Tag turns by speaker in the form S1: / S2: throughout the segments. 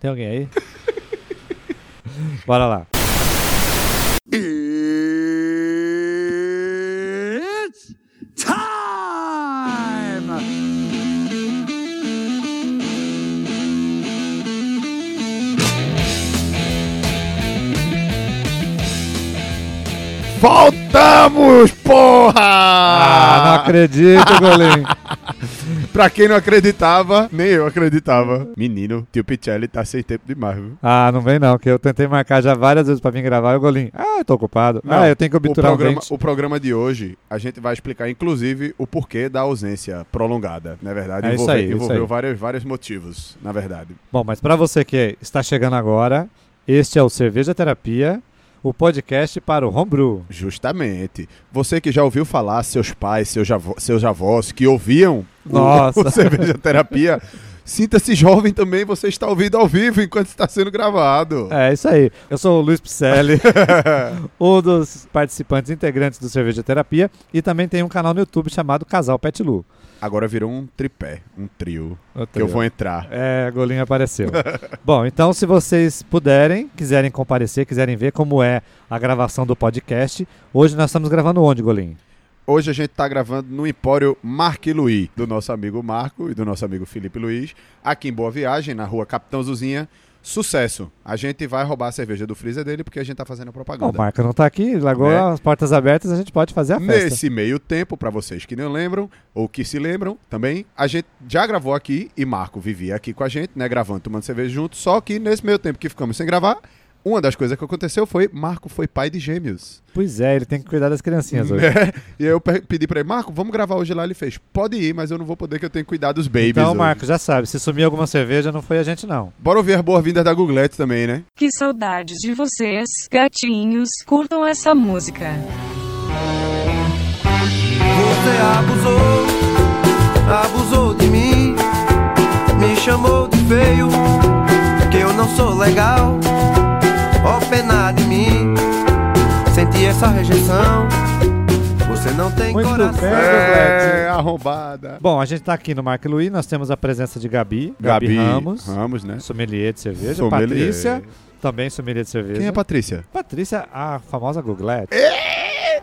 S1: Tem alguém aí? Bora lá.
S2: It's time!
S3: Voltamos, porra!
S1: Ah, não acredito, Golim.
S3: pra quem não acreditava, nem eu acreditava. Menino, tio Pichelli tá sem tempo demais, viu?
S1: Ah, não vem não, que eu tentei marcar já várias vezes pra vir gravar e o Golim. Ah, eu tô ocupado.
S3: Não,
S1: ah, eu tenho que obturar
S3: o
S1: o
S3: programa,
S1: dente.
S3: o programa de hoje, a gente vai explicar, inclusive, o porquê da ausência prolongada, na verdade.
S1: É isso
S3: envolveu
S1: aí, isso
S3: envolveu
S1: aí.
S3: vários, vários motivos, na verdade.
S1: Bom, mas pra você que está chegando agora, este é o Cerveja Terapia, o podcast para o Homebrew.
S3: Justamente. Você que já ouviu falar, seus pais, seus, avó- seus avós, que ouviam o-
S1: Nossa.
S3: Uh, o Cerveja Terapia, sinta-se jovem também, você está ouvindo ao vivo enquanto está sendo gravado.
S1: É isso aí. Eu sou o Luiz Picelli, um dos participantes integrantes do Cerveja Terapia e também tem um canal no YouTube chamado Casal Pet Lu.
S3: Agora virou um tripé, um trio, que eu
S1: Outro-
S3: vou entrar.
S1: É, Golinho apareceu. Bom, então se vocês puderem, quiserem comparecer, quiserem ver como é a gravação do podcast, hoje nós estamos gravando onde, Golinho?
S3: Hoje a gente está gravando no Empório Marque Luiz, do nosso amigo Marco e do nosso amigo Felipe Luiz, aqui em Boa Viagem, na rua Capitão Zuzinha. Sucesso! A gente vai roubar a cerveja do freezer dele porque a gente tá fazendo
S1: Bom, o
S3: propaganda.
S1: Marco não tá aqui, largou
S3: Né?
S1: as portas abertas, a gente pode fazer a festa.
S3: Nesse meio tempo, para vocês que não lembram, ou que se lembram também, a gente já gravou aqui e Marco vivia aqui com a gente, né? Gravando, tomando cerveja junto. Só que nesse meio tempo que ficamos sem gravar, uma das coisas que aconteceu foi Marco foi pai de gêmeos.
S1: Pois é, ele tem que cuidar das criancinhas hoje.
S3: Né? E aí eu pe- pedi pra ele, Marco, vamos gravar hoje lá. Ele fez, pode ir, mas eu não vou poder que eu tenho que cuidar dos babies.
S1: Então,
S3: hoje."
S1: Marco, já sabe, se sumir alguma cerveja, não foi a gente, não.
S3: Bora ouvir as boas-vindas da Googlete também, né?
S4: Que saudades de vocês, gatinhos. Curtam essa música.
S5: Você abusou, abusou de mim. Me chamou de feio, que eu não sou legal. Ó, pena de mim. Senti essa rejeição. Você não tem
S1: Muito
S5: coração.
S1: bem. É,
S3: arrombada.
S1: Bom, a gente tá aqui no Marco e Luiz, nós temos a presença de Gabi, Gabi, Ramos,
S3: né?
S1: sommelier de cerveja,
S3: Sommelier.
S1: Patrícia, também sommelier de cerveja.
S3: Quem é Patrícia?
S1: Patrícia, a famosa Googlette.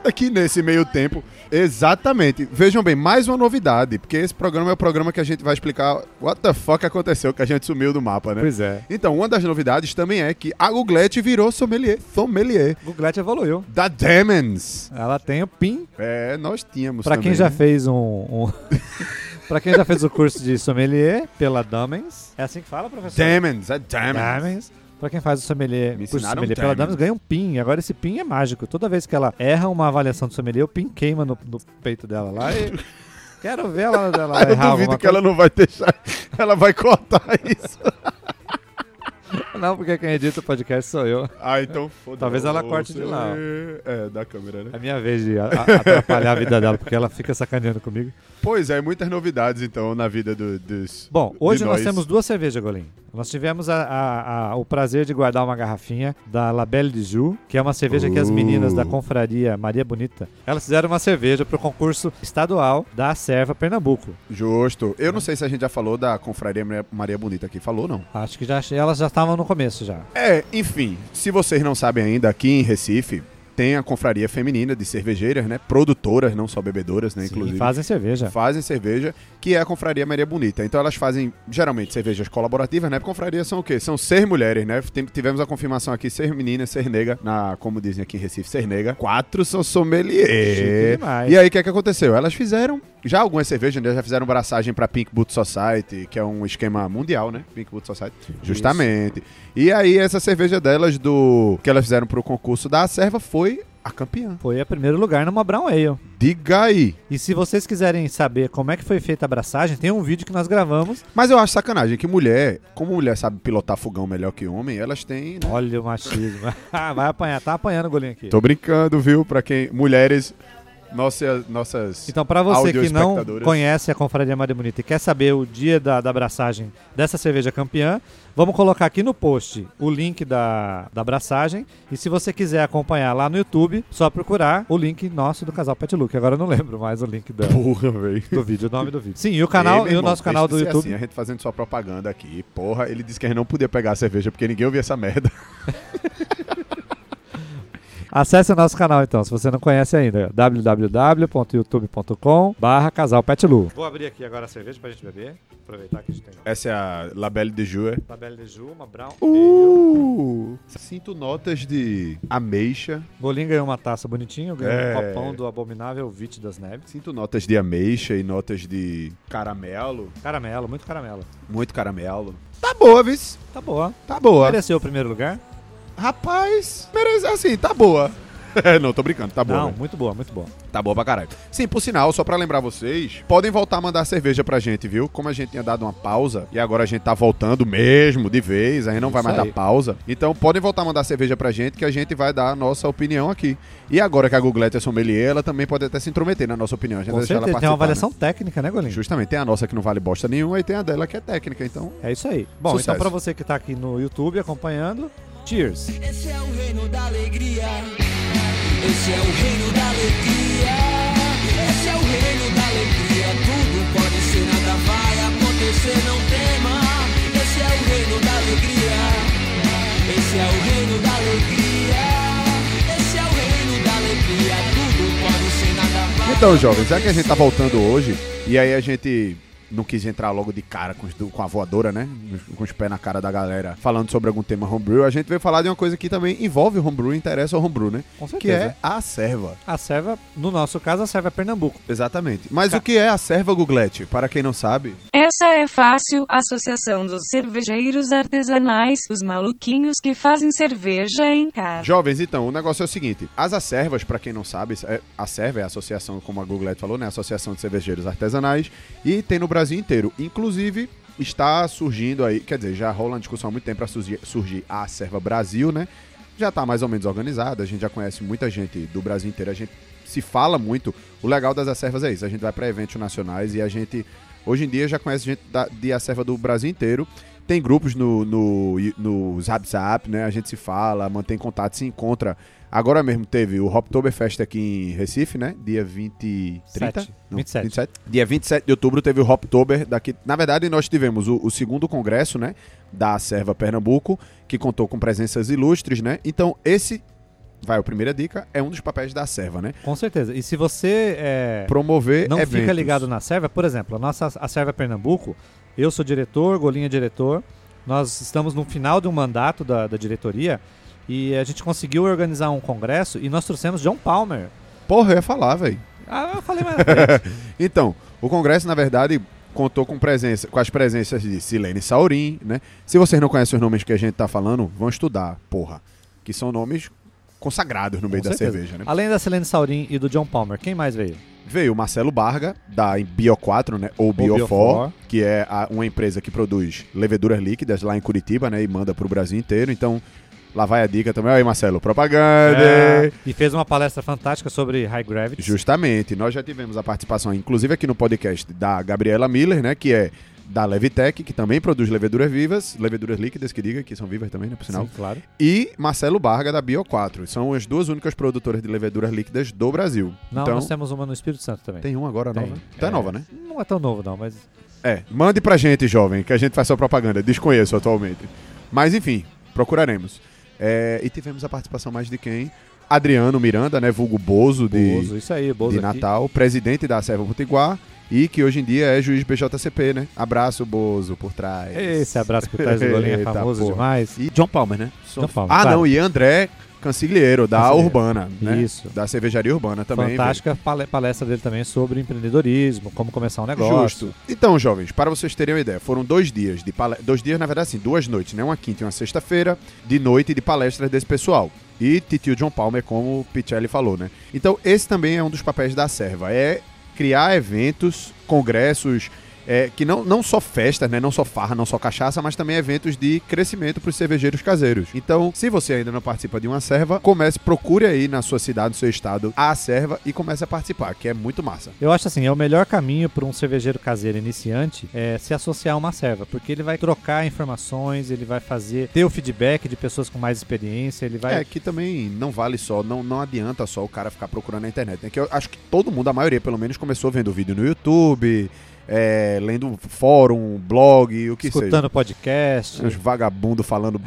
S3: Aqui nesse meio tempo. Exatamente. Vejam bem, mais uma novidade, porque esse programa é o programa que a gente vai explicar what the fuck aconteceu, que a gente sumiu do mapa, né?
S1: Pois é.
S3: Então, uma das novidades também é que a Googlete virou sommelier. Sommelier.
S1: Googlette evoluiu.
S3: Da Demons.
S1: Ela tem o PIN.
S3: É, nós tínhamos
S1: Pra quem
S3: também,
S1: já
S3: né?
S1: fez um. um pra quem já fez o curso de sommelier pela Damens. É assim que fala, professor?
S3: Demons, é Demons.
S1: Damens. Pra quem faz o sommelier,
S3: Me
S1: curso de
S3: ensinaram
S1: sommelier pela
S3: Damens.
S1: Damens, ganha um PIN. Agora esse PIN é mágico. Toda vez que ela erra uma avaliação de sommelier, o PIN queima no, no peito dela lá. E quero ver ela, ela
S3: Ah, Eu
S1: errar
S3: duvido
S1: alguma
S3: que ela não vai deixar. Ela vai cortar isso.
S1: coisa. Não, porque quem edita o podcast sou eu.
S3: Ah, então foda
S1: Talvez ela corte de lá.
S3: É, da câmera,
S1: É
S3: né?
S1: minha vez de a- a- atrapalhar a vida dela, porque ela fica sacaneando comigo.
S3: Pois é, muitas novidades então na vida do, dos.
S1: Bom, hoje
S3: de
S1: nós
S3: nós.
S1: temos duas cervejas, Golim. Nós tivemos a- a- a- o prazer de guardar uma garrafinha da Labelle de Ju, que é uma cerveja que as
S3: Uh.
S1: meninas da confraria Maria Bonita, elas fizeram uma cerveja para o concurso estadual da Serva Pernambuco.
S3: Justo. Eu não
S1: É.
S3: sei se a gente já falou da confraria Maria- Maria Bonita aqui. Falou, não?
S1: Acho que já, elas já estavam no começo já.
S3: É, enfim, se vocês não sabem ainda, aqui em Recife tem a confraria feminina de cervejeiras, né? Produtoras, não só bebedoras, né?
S1: Sim,
S3: Inclusive.
S1: fazem cerveja.
S3: fazem cerveja, que é a Confraria Maria Bonita. Então elas fazem geralmente cervejas colaborativas, né? Confraria são o quê? São seis mulheres, né? Tem- Tivemos a confirmação aqui, seis meninas, seis negas, na, como dizem aqui em Recife, seis negas. Quatro são
S1: Chique
S3: sommelier.
S1: demais.
S3: E aí, o que, é que aconteceu? Elas fizeram já algumas cervejas, né? Já fizeram braçagem pra Pink Boot Society, que é um esquema mundial, né? Pink Boot Society. Justamente. E aí, essa cerveja delas, do que elas fizeram pro concurso da serva, foi a campeã.
S1: Foi a primeiro lugar numa Brown Ale.
S3: Diga aí.
S1: E se vocês quiserem saber como é que foi feita a abraçagem, tem um vídeo que nós gravamos.
S3: Mas eu acho sacanagem que mulher, como mulher sabe pilotar fogão melhor que homem, elas têm. né?
S1: Olha o machismo. Ah, Vai apanhar, tá apanhando o golinho aqui.
S3: Tô brincando, viu? Pra quem. Mulheres. nossa, nossas.
S1: Então, para você que não
S3: Audioespectadoras.
S1: conhece a Confraria Maria Bonita e quer saber o dia da, da abraçagem dessa cerveja campeã, vamos colocar aqui no post o link da, da abraçagem. E se você quiser acompanhar lá no YouTube, só procurar o link nosso do casal Pet Look. Agora eu não lembro mais o link da-
S3: Porra, velho.
S1: do vídeo, o nome do vídeo. Sim, e o canal
S3: Ei, meu
S1: e o
S3: irmão,
S1: nosso canal do
S3: deixa de ser
S1: YouTube.
S3: Assim, a gente fazendo sua propaganda aqui. Porra, ele disse que a gente não podia pegar a cerveja porque ninguém ouvia essa merda.
S1: Acesse o nosso canal então, se você não conhece ainda, www.youtube.com barra casal Petlu. Vou abrir aqui agora a cerveja pra gente beber, aproveitar que a gente tem
S3: Essa é a Labelle de é? Jure.
S1: tabela de Ju, uma brown
S3: Uh! Sinto notas de ameixa.
S1: Golim ganhou uma taça bonitinha, ganhou
S3: É.
S1: um copão do abominável Vite das Neves.
S3: Sinto notas de ameixa e notas de caramelo.
S1: Caramelo, muito caramelo.
S3: Muito caramelo. Tá boa, Viz.
S1: Tá boa.
S3: Tá boa.
S1: Mereceu o primeiro lugar?
S3: Rapaz, merece. Assim, tá boa. não, tô brincando, tá boa.
S1: não,
S3: velho.
S1: muito boa, muito boa.
S3: Tá boa pra caralho. Sim, por sinal, só pra lembrar vocês, podem voltar a mandar cerveja pra gente, viu? Como a gente tinha dado uma pausa e agora a gente tá voltando mesmo de vez, aí não vai
S1: Isso
S3: mais
S1: aí.
S3: dar pausa. Então podem voltar a mandar cerveja pra gente que a gente vai dar a nossa opinião aqui. E agora que a Googlete é sommelier, ela também pode até se intrometer na nossa opinião. A gente
S1: Com
S3: vai deixar
S1: certeza,
S3: ela
S1: tem uma
S3: participar,
S1: avaliação técnica, né, Golim?
S3: né? Justamente, tem a nossa que não vale bosta nenhuma e tem a dela que é técnica, então.
S1: É isso aí. Bom,
S3: Sucesso.
S1: então pra você que tá aqui no YouTube acompanhando, cheers!
S2: Esse é o reino da alegria. Esse é o reino da alegria. Esse é o reino da alegria. Tudo pode ser, nada vai acontecer, não tema. Esse é o reino da alegria. Esse é o reino da alegria. Esse é o reino da alegria. Tudo pode ser, nada vai.
S3: Então, jovens, já que a gente tá voltando hoje, e aí a gente não quis entrar logo de cara com, os do- com a voadora, né? Com os pés na cara da galera, falando sobre algum tema homebrew, a gente veio falar de uma coisa que também envolve o homebrew, e interessa ao homebrew, né?
S1: Com
S3: Que
S1: certeza.
S3: é a serva.
S1: A serva, no nosso caso, a serva é Pernambuco.
S3: Exatamente. Mas o que é a serva, Googlete? Para quem não sabe,
S4: Essa é fácil, Associação dos Cervejeiros Artesanais, os maluquinhos que fazem cerveja em casa.
S3: Jovens, então, o negócio é o seguinte: as acervas, pra quem não sabe, é- a serva é a associação, como a Google Ads falou, né? A Associação de Cervejeiros Artesanais, e tem no Brasil inteiro. Inclusive, está surgindo aí, quer dizer, já rola uma discussão há muito tempo pra surgir, surgir a Serva Brasil, né? Já tá mais ou menos organizada, a gente já conhece muita gente do Brasil inteiro, a gente se fala muito. O legal das acervas é isso: a gente vai pra eventos nacionais e a gente, hoje em dia, já conhece gente da, de acerva do Brasil inteiro. Tem grupos no, no, no Zap Zap, né? A gente se fala, mantém contato, se encontra. Agora mesmo teve o Hoptoberfest aqui em Recife, né? Dia 20... 30?
S1: Sete. 27.
S3: Dia 27 de outubro teve o Hoptober daqui. Na verdade, nós tivemos o, o segundo congresso, né? Da Serva Pernambuco, que contou com presenças ilustres, né? Então, esse, vai a primeira dica, é um dos papéis da Serva, né?
S1: Com certeza. E se você é,
S3: Promover
S1: não
S3: eventos.
S1: fica ligado na serva, por exemplo, a nossa a serva Pernambuco, eu sou diretor, Golinha é diretor, nós estamos no final de um mandato da, da diretoria e a gente conseguiu organizar um congresso e nós trouxemos John Palmer.
S3: Porra, eu ia falar, velho.
S1: Ah, eu falei mais na frente.
S3: Então, o Congresso, na verdade, contou com, presença, com as presenças de Silene Saurim, né? Se vocês não conhecem os nomes que a gente tá falando, vão estudar, porra. Que são nomes consagrados no meio
S1: Com
S3: da
S1: certeza.
S3: cerveja, né?
S1: Além da Selene Saurin e do John Palmer, quem mais veio?
S3: Veio o Marcelo Barga, da Bio4, né? Ou Bio4,
S1: Bio4.
S3: que é a- uma empresa que produz leveduras líquidas lá em Curitiba, né? E manda pro Brasil inteiro. Então, lá vai a dica também. Aí, Marcelo, propaganda!
S1: É, e fez uma palestra fantástica sobre High Gravity.
S3: Justamente, nós já tivemos a participação, inclusive aqui no podcast, da Gabriela Miller, né? Que é da Levitec, que também produz leveduras vivas, leveduras líquidas, que diga, que são vivas também, né? Por sinal.
S1: Sim, claro.
S3: E Marcelo Barga, da Bio4. São as duas únicas produtoras de leveduras líquidas do Brasil.
S1: Não,
S3: então,
S1: nós temos uma no Espírito Santo também.
S3: tem um agora
S1: Tem.
S3: nova. Então é nova, né?
S1: Não é tão novo não, mas
S3: É, mande pra gente, jovem, que a gente faz sua propaganda. Desconheço atualmente. Mas enfim, procuraremos. É, e tivemos a participação mais de quem? Adriano Miranda, né? Vulgo Bozo de,
S1: Bozo, isso aí, Bozo
S3: de
S1: aqui.
S3: Natal, presidente da Serva Potiguar e que hoje em dia é juiz BJCP, né? Abraço, Bozo, por trás.
S1: Esse abraço por trás do Golinha é
S3: Eita,
S1: famoso
S3: porra.
S1: demais.
S3: E John Palmer, né?
S1: John Palmer,
S3: ah,
S1: claro.
S3: não, e André Cancigliero, da
S1: Cancigliero.
S3: Urbana, né?
S1: Isso.
S3: Da cervejaria urbana também. velho.
S1: Fantástica pale- palestra dele também sobre empreendedorismo, como começar um negócio.
S3: Justo. Então, jovens, para vocês terem uma ideia, foram dois dias de palestra. Dois dias, na verdade, assim, duas noites, né? Uma quinta e uma sexta-feira, de noite de palestras desse pessoal. E Titio John Palmer, como o Pichelli falou, né? Então, esse também é um dos papéis da serva: é criar eventos, congressos é, que não, não só festas, né, não só farra, não só cachaça, mas também eventos de crescimento para os cervejeiros caseiros. Então, se você ainda não participa de uma serva, comece, procure aí na sua cidade, no seu estado, a serva e comece a participar, que é muito massa.
S1: Eu acho assim, é o melhor caminho para um cervejeiro caseiro iniciante é se associar a uma serva, porque ele vai trocar informações, ele vai fazer ter o feedback de pessoas com mais experiência, ele vai
S3: É, que também não vale só, não, não adianta só o cara ficar procurando na internet. Né? Que eu acho que todo mundo, a maioria pelo menos, começou vendo vídeo no YouTube, é, lendo fórum, blog, o que
S1: escutando podcast.
S3: seja. Os vagabundos falando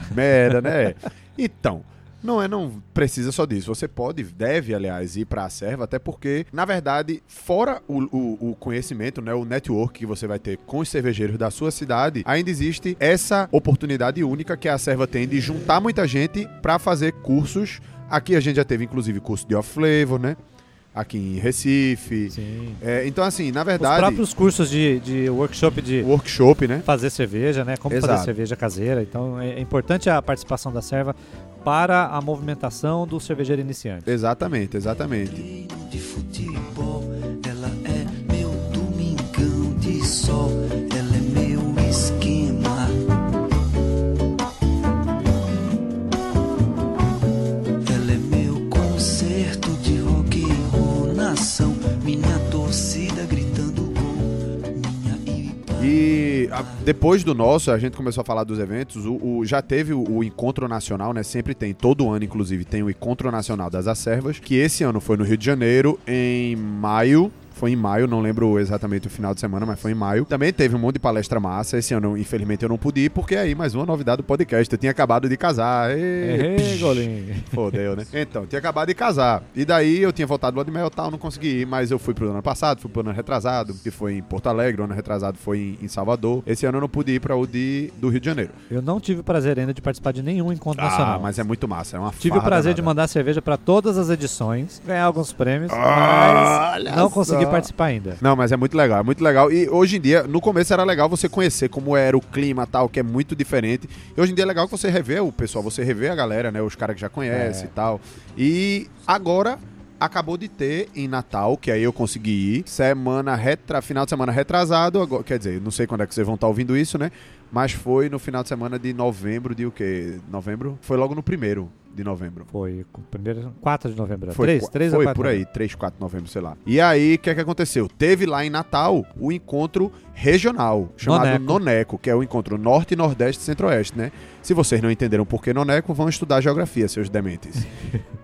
S3: merda, né? Então. Não é, não precisa só disso. Você pode, deve, aliás, ir para a serva, até porque, na verdade, fora o, o- o conhecimento, né, o network que você vai ter com os cervejeiros da sua cidade, ainda existe essa oportunidade única que a serva tem de juntar muita gente para fazer cursos. Aqui a gente já teve, inclusive, curso de off-flavor, né? Aqui em Recife.
S1: Sim.
S3: É, então, assim, na
S1: Os
S3: verdade,
S1: próprios cursos de, de workshop de
S3: workshop, né?
S1: fazer cerveja, né? Como
S3: Exato.
S1: fazer cerveja caseira. Então é é importante a participação da serva para a movimentação do cervejeiro iniciante.
S3: Exatamente, exatamente.
S6: de futebol. Ela é meu domingão de sol. Ela é meu esquema. Ela é meu concerto de rock and roll. Nação, minha torcida gritando gol. Minha ipa.
S3: E a- depois do nosso, a gente começou a falar dos eventos. O, o- já teve o, o encontro nacional, né? Sempre tem, todo ano, inclusive, tem o encontro nacional das acervas, que esse ano foi no Rio de Janeiro, em maio. Foi em maio, não lembro exatamente o final de semana, mas foi em maio. Também teve um monte de palestra massa. Esse ano, infelizmente, eu não pude ir, porque é aí mais uma novidade do podcast. Eu tinha acabado de casar. Ê,
S1: Ei, Golim.
S3: Fodeu, né? Então, tinha acabado de casar. E daí eu tinha voltado do lado de mel e tal, não consegui ir, mas eu fui pro ano passado, fui pro ano retrasado, que foi em Porto Alegre, o ano retrasado foi em, em Salvador. Esse ano eu não pude ir pra o de, do Rio de Janeiro.
S1: Eu não tive o prazer ainda de participar de nenhum encontro
S3: Ah,
S1: nacional.
S3: mas é muito massa, é uma
S1: Tive
S3: farra
S1: o prazer de
S3: danada.
S1: mandar cerveja para todas as edições, ganhar alguns prêmios,
S3: Ah,
S1: mas não consegui participar ainda.
S3: Não, mas é muito legal, é muito legal. E hoje em dia, no começo era legal você conhecer como era o clima tal, que é muito diferente. E hoje em dia é legal que você revê o pessoal, você revê a galera, né? Os caras que já conhece e tal. E agora acabou de ter em Natal, que aí eu consegui ir, semana retra, final de semana retrasado, agora, quer dizer, não sei quando é que vocês vão estar ouvindo isso, né? Mas foi no final de semana de novembro de o quê? Novembro? Foi logo no primeiro de novembro.
S1: Foi com o primeiro 4 de novembro.
S3: Foi,
S1: 3,
S3: qua-
S1: 3 ou
S3: foi
S1: 4?
S3: por aí, 3, 4 de novembro, sei lá. E aí, o que é que aconteceu? Teve lá em Natal o encontro regional, chamado
S1: Noneco.
S3: Noneco, que é o encontro Norte, Nordeste e Centro-Oeste, né? Se vocês não entenderam por que Noneco, vão estudar geografia, seus dementes.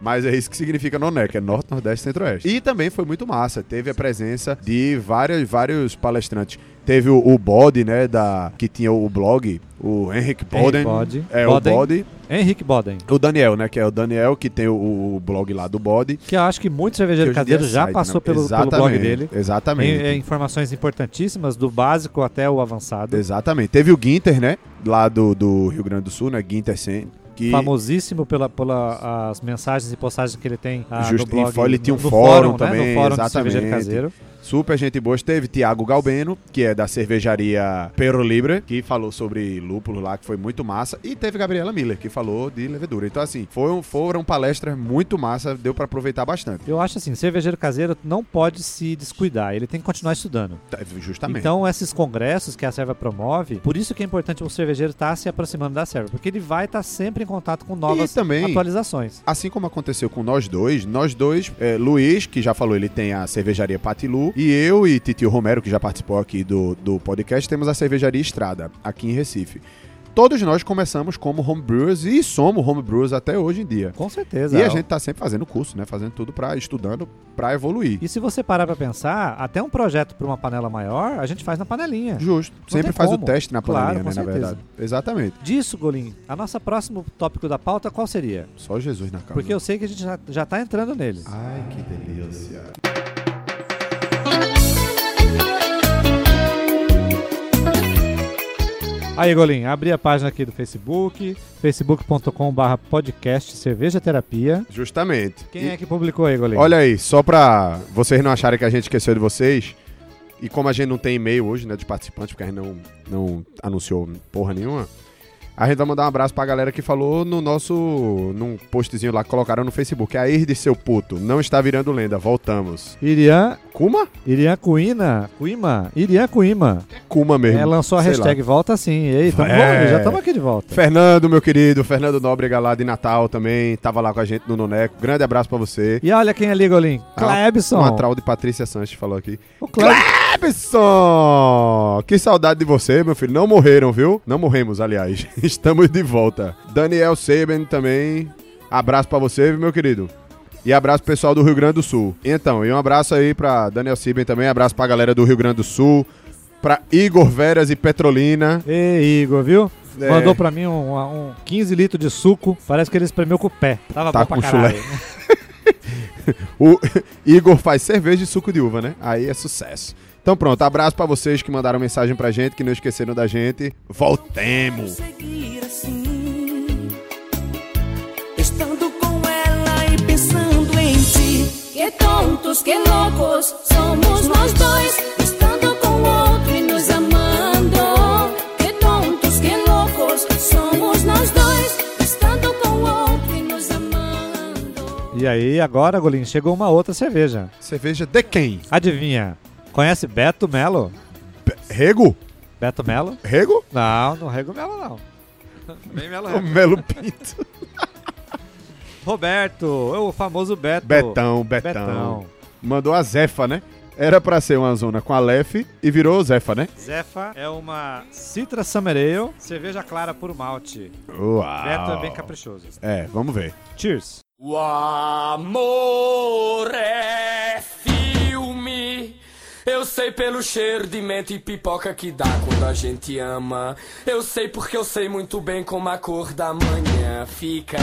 S3: Mas é isso que significa Noneco, é Norte, Nordeste e Centro-Oeste. E também foi muito massa, teve a presença de várias, vários palestrantes. Teve o, o Bode, né, da, que tinha o blog, o Henrique Boden.
S1: Bode.
S3: É,
S1: Boden.
S3: o Bode.
S1: Henrique Boden,
S3: O Daniel, né, que é o Daniel, que tem o- o blog lá do Bode.
S1: que eu acho que muito cervejeiro
S3: Porque hoje em dia
S1: caseiro
S3: é
S1: já
S3: site,
S1: passou
S3: não.
S1: pelo, pelo
S3: Exatamente,
S1: blog dele.
S3: Exatamente.
S1: Tem é, informações importantíssimas, do básico até o avançado.
S3: Exatamente. Teve o Guinter, né? Lá do, do Rio Grande do Sul, né? Guinter Sen. Que
S1: Famosíssimo pelas pela, as mensagens e postagens que ele tem ah,
S3: Justo,
S1: no blog.
S3: e fo- ele tinha um
S1: no
S3: fórum
S1: né, no
S3: também,
S1: fórum de
S3: exatamente.
S1: cervejeiro caseiro.
S3: super gente boa. Teve Tiago Galbeno, que é da cervejaria Pero Libre, que falou sobre lúpulo lá, que foi muito massa. E teve Gabriela Miller, que falou de levedura. Então, assim, foram, foram palestras muito massa, deu pra aproveitar bastante.
S1: Eu acho assim, cervejeiro caseiro não pode se descuidar, ele tem que continuar estudando.
S3: Tá, Justamente.
S1: Então, esses congressos que a serva promove, por isso que é importante o cervejeiro estar se aproximando da serva, porque ele vai estar sempre em contato com novas
S3: E também-
S1: atualizações.
S3: Assim como aconteceu com nós dois, nós dois, é, Luiz, que já falou, ele tem a cervejaria Patilu, e eu e Titio Romero, que já participou aqui do, do podcast, temos a cervejaria Estrada, aqui em Recife. Todos nós começamos como homebrewers e somos homebrewers até hoje em dia.
S1: Com certeza.
S3: E a gente tá sempre fazendo curso, né? Fazendo tudo pra, estudando pra evoluir.
S1: E se você parar pra pensar, até um projeto pra uma panela maior, a gente faz na panelinha.
S3: Justo. Sempre
S1: tem
S3: faz
S1: como.
S3: o teste na
S1: Claro,
S3: planilha,
S1: com
S3: né? Na
S1: certeza.
S3: verdade. Exatamente.
S1: Disso, Golim, a nossa próximo tópico da pauta qual seria?
S3: Só Jesus na casa.
S1: Tá Porque eu sei que a gente já, já tá entrando nele.
S3: Ai, que delícia.
S1: Aí, Golim, abri a página aqui do Facebook, facebook.com/barra podcast cerveja terapia.
S3: Justamente.
S1: Quem
S3: E-
S1: é que publicou aí, Golim?
S3: Olha aí, só pra vocês não acharem que a gente esqueceu de vocês, e como a gente não tem e-mail hoje, né, dos participantes, porque a gente não, não anunciou porra nenhuma, A gente vai mandar um abraço pra galera que falou no nosso. num postzinho lá que colocaram no Facebook. É A Ir de seu puto, não está virando lenda, voltamos.
S1: Irian,
S3: Kuma?
S1: Irian Cuina, Cuima, Irian Cuima.
S3: É Kuma mesmo.
S1: Ela lançou a
S3: sei
S1: hashtag
S3: lá.
S1: volta sim. E aí, tamo
S3: É.
S1: bom, já estamos aqui de volta.
S3: Fernando, meu querido, Fernando Nóbrega lá de Natal também, tava lá com a gente no Noneco. Grande abraço pra você.
S1: E olha quem é Ligolin.
S3: Um
S1: Clebson.
S3: atral de Patrícia Sanches falou aqui.
S1: O Clebson.
S3: Clebson! Que saudade de você, meu filho. Não morreram, viu? Não morremos, aliás. Estamos de volta. Daniel Seben também. Abraço pra você, meu querido. E abraço pro pessoal do Rio Grande do Sul. Então, e um abraço aí pra Daniel Seben também. Abraço pra galera do Rio Grande do Sul. Pra Igor Veras e Petrolina.
S1: Ei, Igor, viu?
S3: É.
S1: Mandou pra mim um, um 15 litros de suco. Parece que ele espremeu com o pé. Tava
S3: Tá
S1: bom pra
S3: com chulé.
S1: caralho.
S3: O Igor faz cerveja e suco de uva, né? Aí é sucesso. Então pronto, abraço pra vocês que mandaram mensagem pra gente, que não esqueceram da gente. Voltemos!
S7: seguir assim, estando com ela e pensando em ti.
S8: Que tontos, que loucos somos nós dois, estando com outro e nos amando. Que tontos, que loucos somos nós dois, estando com outro e nos amando.
S1: E aí, agora, Golim, chegou uma outra cerveja.
S3: Cerveja de quem?
S1: Adivinha? Conhece Beto Melo?
S3: Pe- Rego?
S1: Beto Melo?
S3: Rego?
S1: Não, não rego Melo, não. Nem Melo
S3: O
S1: rego.
S3: Melo Pinto.
S1: Roberto, é o famoso Beto.
S3: Betão, Betão, Mandou a Zefa, né? Era pra ser uma zona com a Lef e virou Zefa, né?
S1: Zefa é uma Citra Summer Ale, cerveja clara por malte.
S3: Uau!
S1: Beto é bem caprichoso.
S3: É, vamos ver.
S1: Cheers.
S2: O amor é filme. Eu sei pelo cheiro de menta e pipoca que dá quando a gente ama. Eu sei porque eu sei muito bem como a cor da manhã fica.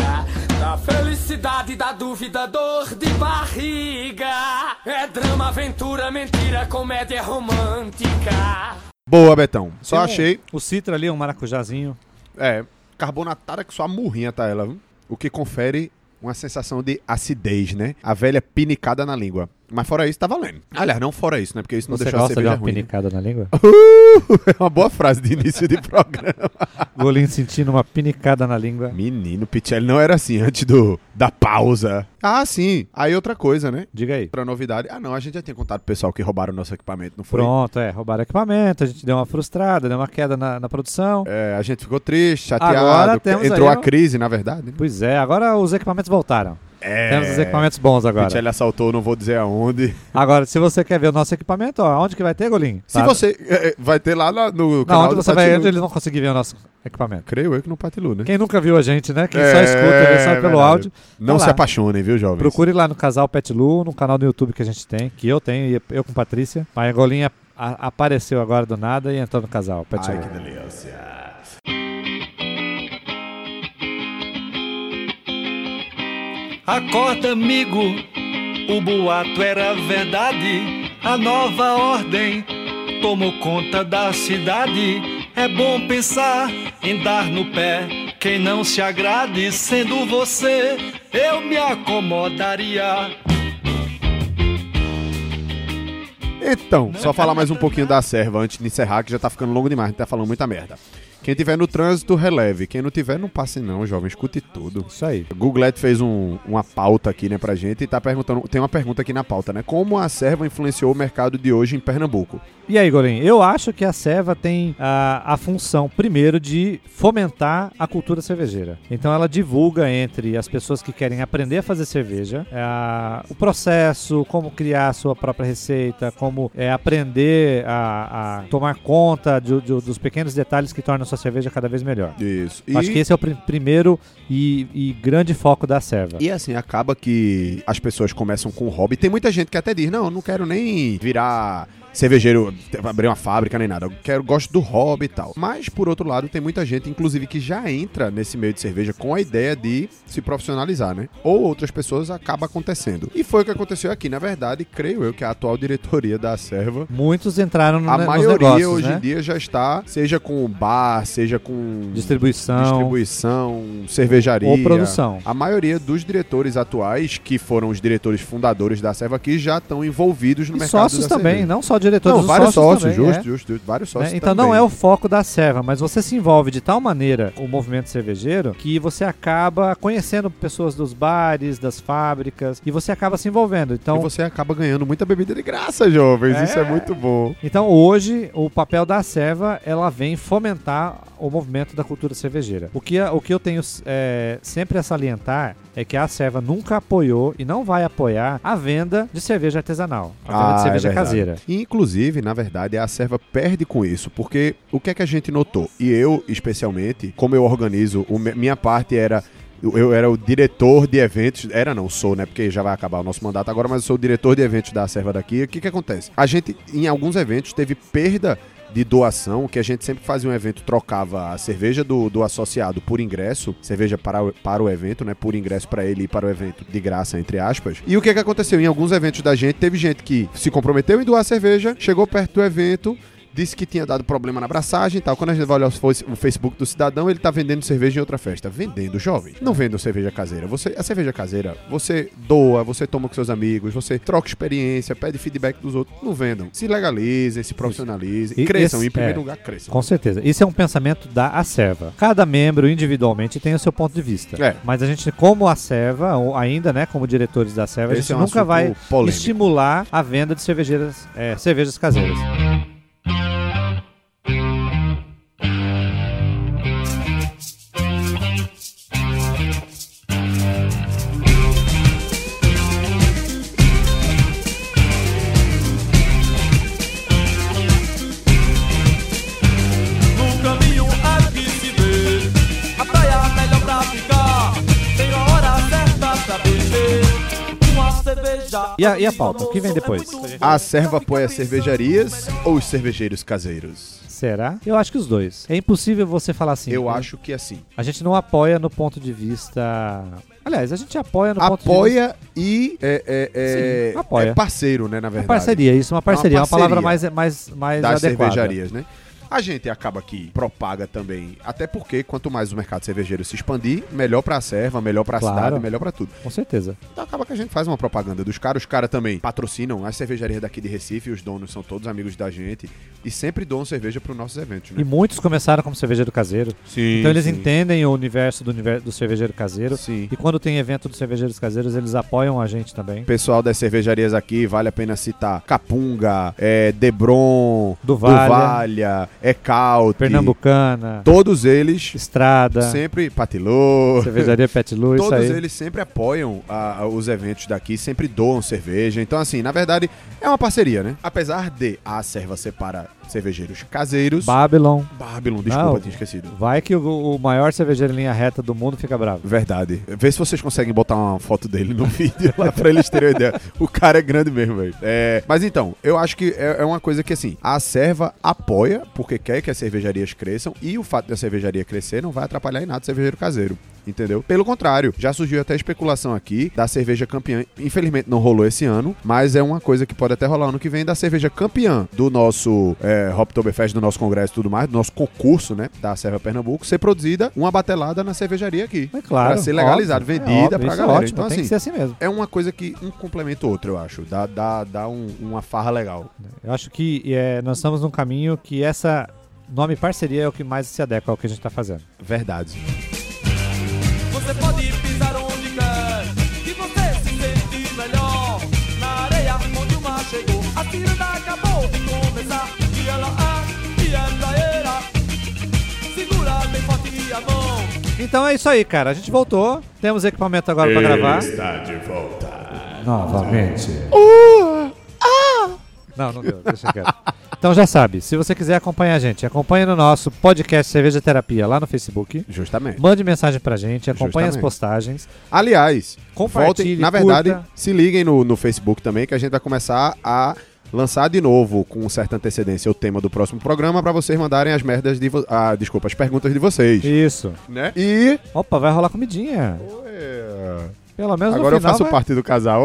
S2: Da felicidade, da dúvida, dor de barriga. É drama, aventura, mentira, comédia romântica.
S3: Boa, Betão. Só
S1: Tem um-
S3: achei.
S1: O Citra ali, um maracujazinho.
S3: É, carbonatada que só a murrinha tá ela, viu? O que confere uma sensação de acidez, né? A velha pinicada na língua. Mas fora isso, tá valendo. Aliás, não fora isso, né? Porque isso não
S1: Você
S3: deixou a
S1: gosta de
S3: cerveja
S1: uma
S3: ruim. né?
S1: pinicada na língua?
S3: Uh, é uma boa frase de início de programa.
S1: Golim sentindo uma pinicada na língua.
S3: Menino, Pichelli não era assim antes do da pausa. Ah, sim. Aí outra coisa, né?
S1: Diga aí.
S3: Outra novidade. Ah, não, a gente já tinha contado pro pessoal que roubaram nosso equipamento, não foi?
S1: Pronto, é, roubaram equipamento, a gente deu uma frustrada, deu uma queda na, na produção.
S3: É, a gente ficou triste, chateado.
S1: Agora temos
S3: Entrou
S1: aí
S3: a
S1: um-
S3: crise, na verdade. né?
S1: Pois é, agora os equipamentos voltaram.
S3: É.
S1: Temos os equipamentos bons agora.
S3: Pichelli assaltou, não vou dizer aonde.
S1: Agora, se você quer ver o nosso equipamento, ó, onde que vai ter, Golim?
S3: Se você. tá é, é, vai ter lá na- no
S1: Tá. Não,
S3: canal
S1: onde
S3: do
S1: você vai,
S3: Patilu.
S1: onde eles vão conseguir ver o nosso equipamento.
S3: Creio eu que no Patilu, né?
S1: Quem nunca viu a gente, né? Quem só
S3: É,
S1: escuta, vê só
S3: é
S1: pelo
S3: verdade.
S1: áudio.
S3: Não
S1: Vai
S3: se
S1: lá.
S3: apaixonem, viu, jovens?
S1: Procure lá no casal Pet Lu, no canal do YouTube que a gente tem, que eu tenho, e eu com Patrícia. Mas a Golinha a- apareceu agora do nada e entrou no casal Pet
S3: Ai,
S1: Lu. É
S3: que delícia.
S5: Acorda, amigo, o boato era verdade. A nova ordem tomou conta da cidade. É bom pensar em dar no pé quem não se agrade. Sendo você, eu me acomodaria.
S3: Então, só falar mais um pouquinho da serva antes de encerrar, que já tá ficando longo demais, a gente tá falando muita merda. Quem tiver no trânsito, releve. Quem não tiver, não passe não, jovem. Escute tudo.
S1: Isso aí.
S3: Googlet fez um- uma pauta aqui, né, pra gente, e tá perguntando. Tem uma pergunta aqui na pauta, né? Como a serva influenciou o mercado de hoje em Pernambuco?
S1: E aí, Golim, eu acho que a Seva tem ah, a, a função, primeiro, de fomentar a cultura cervejeira. Então, ela divulga entre as pessoas que querem aprender a fazer cerveja a- o processo, como criar a sua própria receita, como é, aprender a, a tomar conta de- de- dos pequenos detalhes que tornam a sua cerveja cada vez melhor.
S3: Isso.
S1: Acho que esse é o pri- primeiro e, e grande foco da Seva.
S3: E assim, acaba que as pessoas começam com o hobby. Tem muita gente que até diz: não, eu não quero nem virar cervejeiro, abrir uma fábrica nem nada. Eu quero, gosto do hobby e tal. Mas, por outro lado, tem muita gente, inclusive, que já entra nesse meio de cerveja com a ideia de se profissionalizar, né? Ou outras pessoas acaba acontecendo. E foi o que aconteceu aqui. Na verdade, creio eu que a atual diretoria da Serva.
S1: Muitos entraram no,
S3: A
S1: ne- nos
S3: maioria
S1: é negócios,
S3: hoje
S1: né?
S3: em dia já está, seja com bar, seja com
S1: Distribuição.
S3: distribuição, cervejaria.
S1: Ou produção.
S3: A maioria dos diretores atuais, que foram os diretores fundadores da Serva aqui, já estão envolvidos no
S1: E
S3: mercado
S1: sócios
S3: da
S1: também, né?
S3: cerveja.
S1: não só diretor
S3: Não,
S1: dos
S3: vários sócios,
S1: também,
S3: justo,
S1: é.
S3: justo, justo, vários
S1: Né?
S3: sócios.
S1: Então não é o foco da serva, mas você se envolve de tal maneira com o movimento cervejeiro que você acaba conhecendo pessoas dos bares, das fábricas, e você acaba se envolvendo.
S3: Então
S1: Então,
S3: você acaba ganhando muita bebida de graça, jovens. Isso é muito bom.
S1: então hoje, o papel da serva, ela vem fomentar o movimento da cultura cervejeira. O que, o que eu tenho é, sempre a salientar é que a serva nunca apoiou e não vai apoiar a venda de cerveja artesanal, a venda de
S3: é
S1: cerveja
S3: verdade.
S1: caseira.
S3: E, inclusive, na verdade, a serva perde com isso, porque o que é que a gente notou? E eu, especialmente, como eu organizo, o me- minha parte era. Eu eu era o diretor de eventos, era não, sou, né? Porque já vai acabar o nosso mandato agora, mas eu sou o diretor de eventos da Serva daqui. O que que acontece? A gente, em alguns eventos, teve perda de doação, que a gente sempre fazia um evento, trocava a cerveja do, do associado por ingresso, cerveja para o, para o evento, né? Por ingresso para ele e para o evento de graça, entre aspas. E o que, que aconteceu? Em alguns eventos da gente, teve gente que se comprometeu em doar cerveja, chegou perto do evento. Disse que tinha dado problema na abraçagem e tal. Quando a gente vai olhar o fo- o Facebook do cidadão, ele tá vendendo cerveja em outra festa. Vendendo, jovem. Não vendam cerveja caseira. Você, a cerveja caseira, você doa, você toma com seus amigos, você troca experiência, pede feedback dos outros. Não vendam. Se legalizem, se profissionalizem.
S1: E
S3: cresçam,
S1: esse-
S3: em primeiro
S1: é.
S3: lugar, cresçam.
S1: Com certeza. Isso é um pensamento da Acerva. Cada membro individualmente tem o seu ponto de vista.
S3: É.
S1: Mas a gente, como Acerva, ou ainda, né, como diretores da Acerva, a
S3: Esse
S1: gente
S3: é um
S1: nunca
S3: assunto
S1: vai
S3: polêmico.
S1: estimular a venda de cervejeiras, é, cervejas caseiras.
S5: No caminho há de se ver A praia melhor pra ficar Tem a hora certa pra beber Uma cerveja
S1: E a, e a pauta? O que vem depois?
S3: A serva apoia cervejarias ou os cervejeiros caseiros?
S1: Será? Eu acho que os dois. É impossível você falar assim.
S3: Eu
S1: né?
S3: acho que assim.
S1: A gente não apoia no ponto de vista. Aliás, a gente apoia no ponto de vista.
S3: apoia e é, é, é-
S1: Sim, apoia.
S3: é parceiro, né, na
S1: É
S3: verdade.
S1: parceria, isso, uma parceria. É uma,
S3: parceria
S1: palavra mais, mais, mais
S3: das
S1: adequada.
S3: cervejarias, né? A gente acaba que propaga também, até porque quanto mais o mercado cervejeiro se expandir, melhor pra serva, melhor pra
S1: Claro.
S3: cidade, melhor pra tudo.
S1: Com certeza.
S3: Então acaba que a gente faz uma propaganda dos caras, os caras também patrocinam as cervejarias daqui de Recife, os donos são todos amigos da gente e sempre doam cerveja pros nossos eventos,
S1: E
S3: né?
S1: muitos começaram como cervejeiro caseiro.
S3: Sim.
S1: Então eles entendem o universo do, univer- do cervejeiro caseiro.
S3: Sim.
S1: E quando tem evento dos cervejeiros caseiros, eles apoiam a gente também.
S3: pessoal das cervejarias aqui, vale a pena citar Capunga, é, Debron,
S1: Duvalha.
S3: Duvalha Ecaute,
S1: Pernambucana,
S3: Todos eles
S1: Estrada,
S3: sempre patilou.
S1: Cervejaria Pet Lu, isso
S3: Todos
S1: aí.
S3: eles sempre apoiam a- a- os eventos daqui, sempre doam cerveja. Então, assim, na verdade, é uma parceria, né? Apesar de a serva ser para cervejeiros caseiros.
S1: Babylon.
S3: Babylon, desculpa,
S1: Não.
S3: tinha esquecido.
S1: Vai que o, o maior cervejeiro em linha reta do mundo fica bravo.
S3: Verdade. Vê se vocês conseguem botar uma foto dele no vídeo lá pra eles terem uma ideia. O cara é grande mesmo, velho. É, mas então, eu acho que é, é uma coisa que, assim, a serva apoia, porque quer que as cervejarias cresçam, e o fato da cervejaria crescer não vai atrapalhar em nada o cervejeiro caseiro. Entendeu? Pelo contrário, já surgiu até especulação aqui da cerveja campeã. Infelizmente não rolou esse ano, mas é uma coisa que pode até rolar ano que vem da cerveja campeã do nosso é, Hoptoberfest, do nosso congresso e tudo mais, do nosso concurso, né? Da Serva Pernambuco, ser produzida uma batelada na cervejaria aqui.
S1: É claro.
S3: Pra ser legalizado,
S1: óbvio,
S3: vendida
S1: é óbvio,
S3: pra
S1: isso
S3: galera.
S1: É ótimo,
S3: então,
S1: tem
S3: assim,
S1: que ser assim mesmo.
S3: é uma coisa que um complementa o outro, eu acho. Dá, dá, dá um- uma farra legal.
S1: Eu acho que é, nós estamos num caminho que essa nome parceria é o que mais se adequa ao que a gente tá fazendo.
S3: Verdade.
S5: Você pode pisar onde quer E você se sente melhor Na areia onde o mar chegou A tirada acabou de começar E ela, ah, e
S2: é
S5: ela era Segura bem forte a mão
S1: Então é isso aí, cara. A gente voltou. Temos equipamento agora pra gravar.
S3: Está de volta.
S1: Novamente. Não, não deu, deixa quieto. Então já sabe, se você quiser acompanhar a gente, acompanha no nosso podcast Cerveja Terapia lá no Facebook.
S3: Justamente.
S1: Mande mensagem pra gente, acompanhe as
S3: Justamente.
S1: postagens.
S3: Aliás,
S1: Compartilhe,
S3: voltem, na verdade,
S1: curta.
S3: se liguem no, no Facebook também, que a gente vai começar a lançar de novo, com certa antecedência, o tema do próximo programa, pra vocês mandarem as merdas de... Vo ah, desculpa, as perguntas de vocês.
S1: Isso.
S3: Né? E...
S1: Opa, vai rolar comidinha. Pelo menos
S3: Agora
S1: no
S3: eu
S1: final.
S3: faço parte do casal.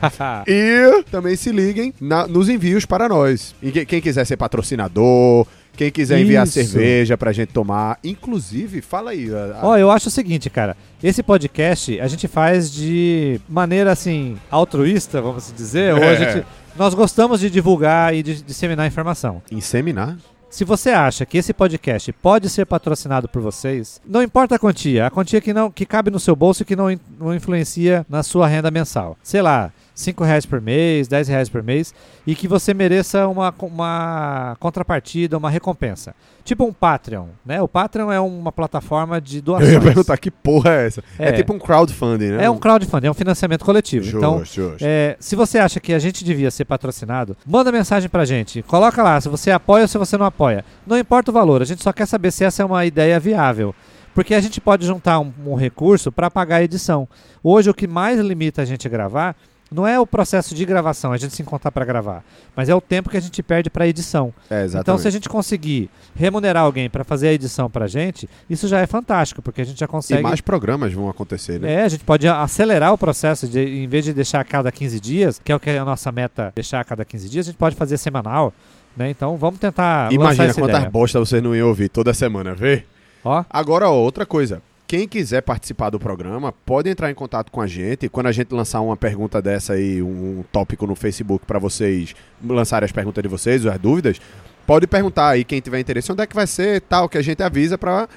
S1: parte.
S3: E também se liguem na- nos envios para nós. E que- quem quiser ser patrocinador, quem quiser enviar
S1: Isso.
S3: cerveja pra gente tomar. Inclusive, fala aí. a- a-
S1: Ó, eu acho o seguinte, cara. Esse podcast a gente faz de maneira assim altruísta, vamos dizer. Ou a
S3: É.
S1: gente Nós gostamos de divulgar e de disseminar informação.
S3: Inseminar?
S1: Se você acha que esse podcast pode ser patrocinado por vocês, não importa a quantia, a quantia que não que cabe no seu bolso e que não, in- não influencia na sua renda mensal. Sei lá, 5 reais por mês, 10 reais por mês, e que você mereça uma, co- uma contrapartida, uma recompensa. Tipo um Patreon, né? O Patreon é uma plataforma de
S3: Eu
S1: doações.
S3: ia perguntar que porra é essa. É,
S1: É.
S3: tipo um crowdfunding, né?
S1: É um crowdfunding, é um financiamento coletivo.
S3: Justo,
S1: então,
S3: justo.
S1: é, se você acha que a gente devia ser patrocinado, manda mensagem pra gente. Coloca lá se você apoia ou se você não apoia. Não importa o valor, a gente só quer saber se essa é uma ideia viável. Porque a gente pode juntar um, um recurso pra pagar a edição. Hoje, o que mais limita a gente a gravar não é o processo de gravação, a gente se encontrar pra gravar, mas é o tempo que a gente perde pra edição.
S3: É, exatamente.
S1: Então, se a gente conseguir remunerar alguém pra fazer a edição pra gente, isso já é fantástico, porque a gente já
S3: E
S1: consegue
S3: mais programas vão acontecer, né?
S1: é, a gente pode acelerar o processo, de, em vez de deixar a cada 15 dias, que é o que é a nossa meta, deixar a cada 15 dias, a gente pode fazer semanal, né? Então vamos tentar lançar
S3: Imagina
S1: essa
S3: quantas
S1: ideia.
S3: bostas vocês não iam ouvir toda semana, vê?
S1: Ó,
S3: Agora, ó, outra coisa. Quem quiser participar do programa, pode entrar em contato com a gente. Quando a gente lançar uma pergunta dessa aí, um, um tópico no Facebook para vocês lançarem as perguntas de vocês, as dúvidas, pode perguntar aí quem tiver interesse. Onde é que vai ser tal, que a gente avisa para...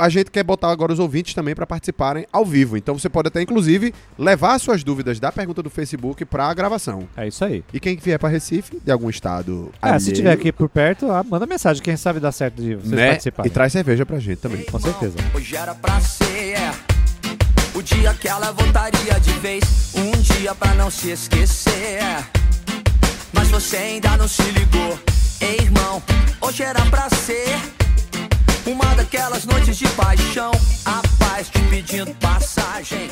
S3: A gente quer botar agora os ouvintes também para participarem ao vivo. Então você pode até, inclusive, levar suas dúvidas da pergunta do Facebook para a gravação.
S1: é isso aí.
S3: E quem vier para Recife, de algum estado.
S1: Ah, se
S3: alheio,
S1: tiver aqui por perto, ah, manda mensagem, quem sabe dá certo de vocês
S3: né? E
S1: participarem.
S3: traz cerveja pra gente também.
S1: Com certeza.
S2: Hoje era pra ser é, o dia que ela voltaria de vez, um dia pra não se esquecer. é. Mas você ainda não se ligou, ei irmão. Hoje era pra ser uma daquelas noites de paixão, a paz te pedindo passagem.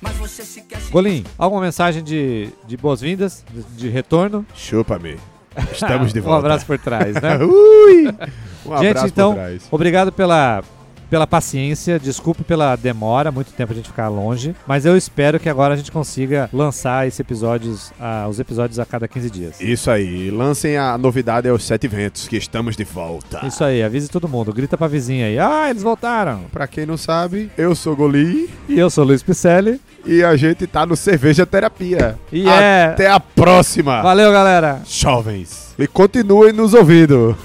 S2: Mas você se quer se
S1: Golim, alguma mensagem de, de boas-vindas, de, de retorno?
S3: Chupa-me. Estamos de
S1: Um
S3: volta.
S1: abraço por trás, né?
S3: Ui! Um abraço
S1: gente, então,
S3: por trás.
S1: obrigado pela, pela paciência, desculpe pela demora, muito tempo a gente ficar longe, mas eu espero que agora a gente consiga lançar esses episódios, ah, os episódios a cada 15 dias.
S3: Isso aí, lancem a novidade aos sete ventos, que estamos de volta.
S1: Isso aí, avise todo mundo, grita pra vizinha aí, ah, eles voltaram!
S3: Pra quem não sabe, eu sou Goli
S1: E eu sou o Luiz Picelli,
S3: e a gente tá no Cerveja Terapia.
S1: E é-
S3: Até a próxima,
S1: valeu galera!
S3: jovens. E continuem nos ouvindo.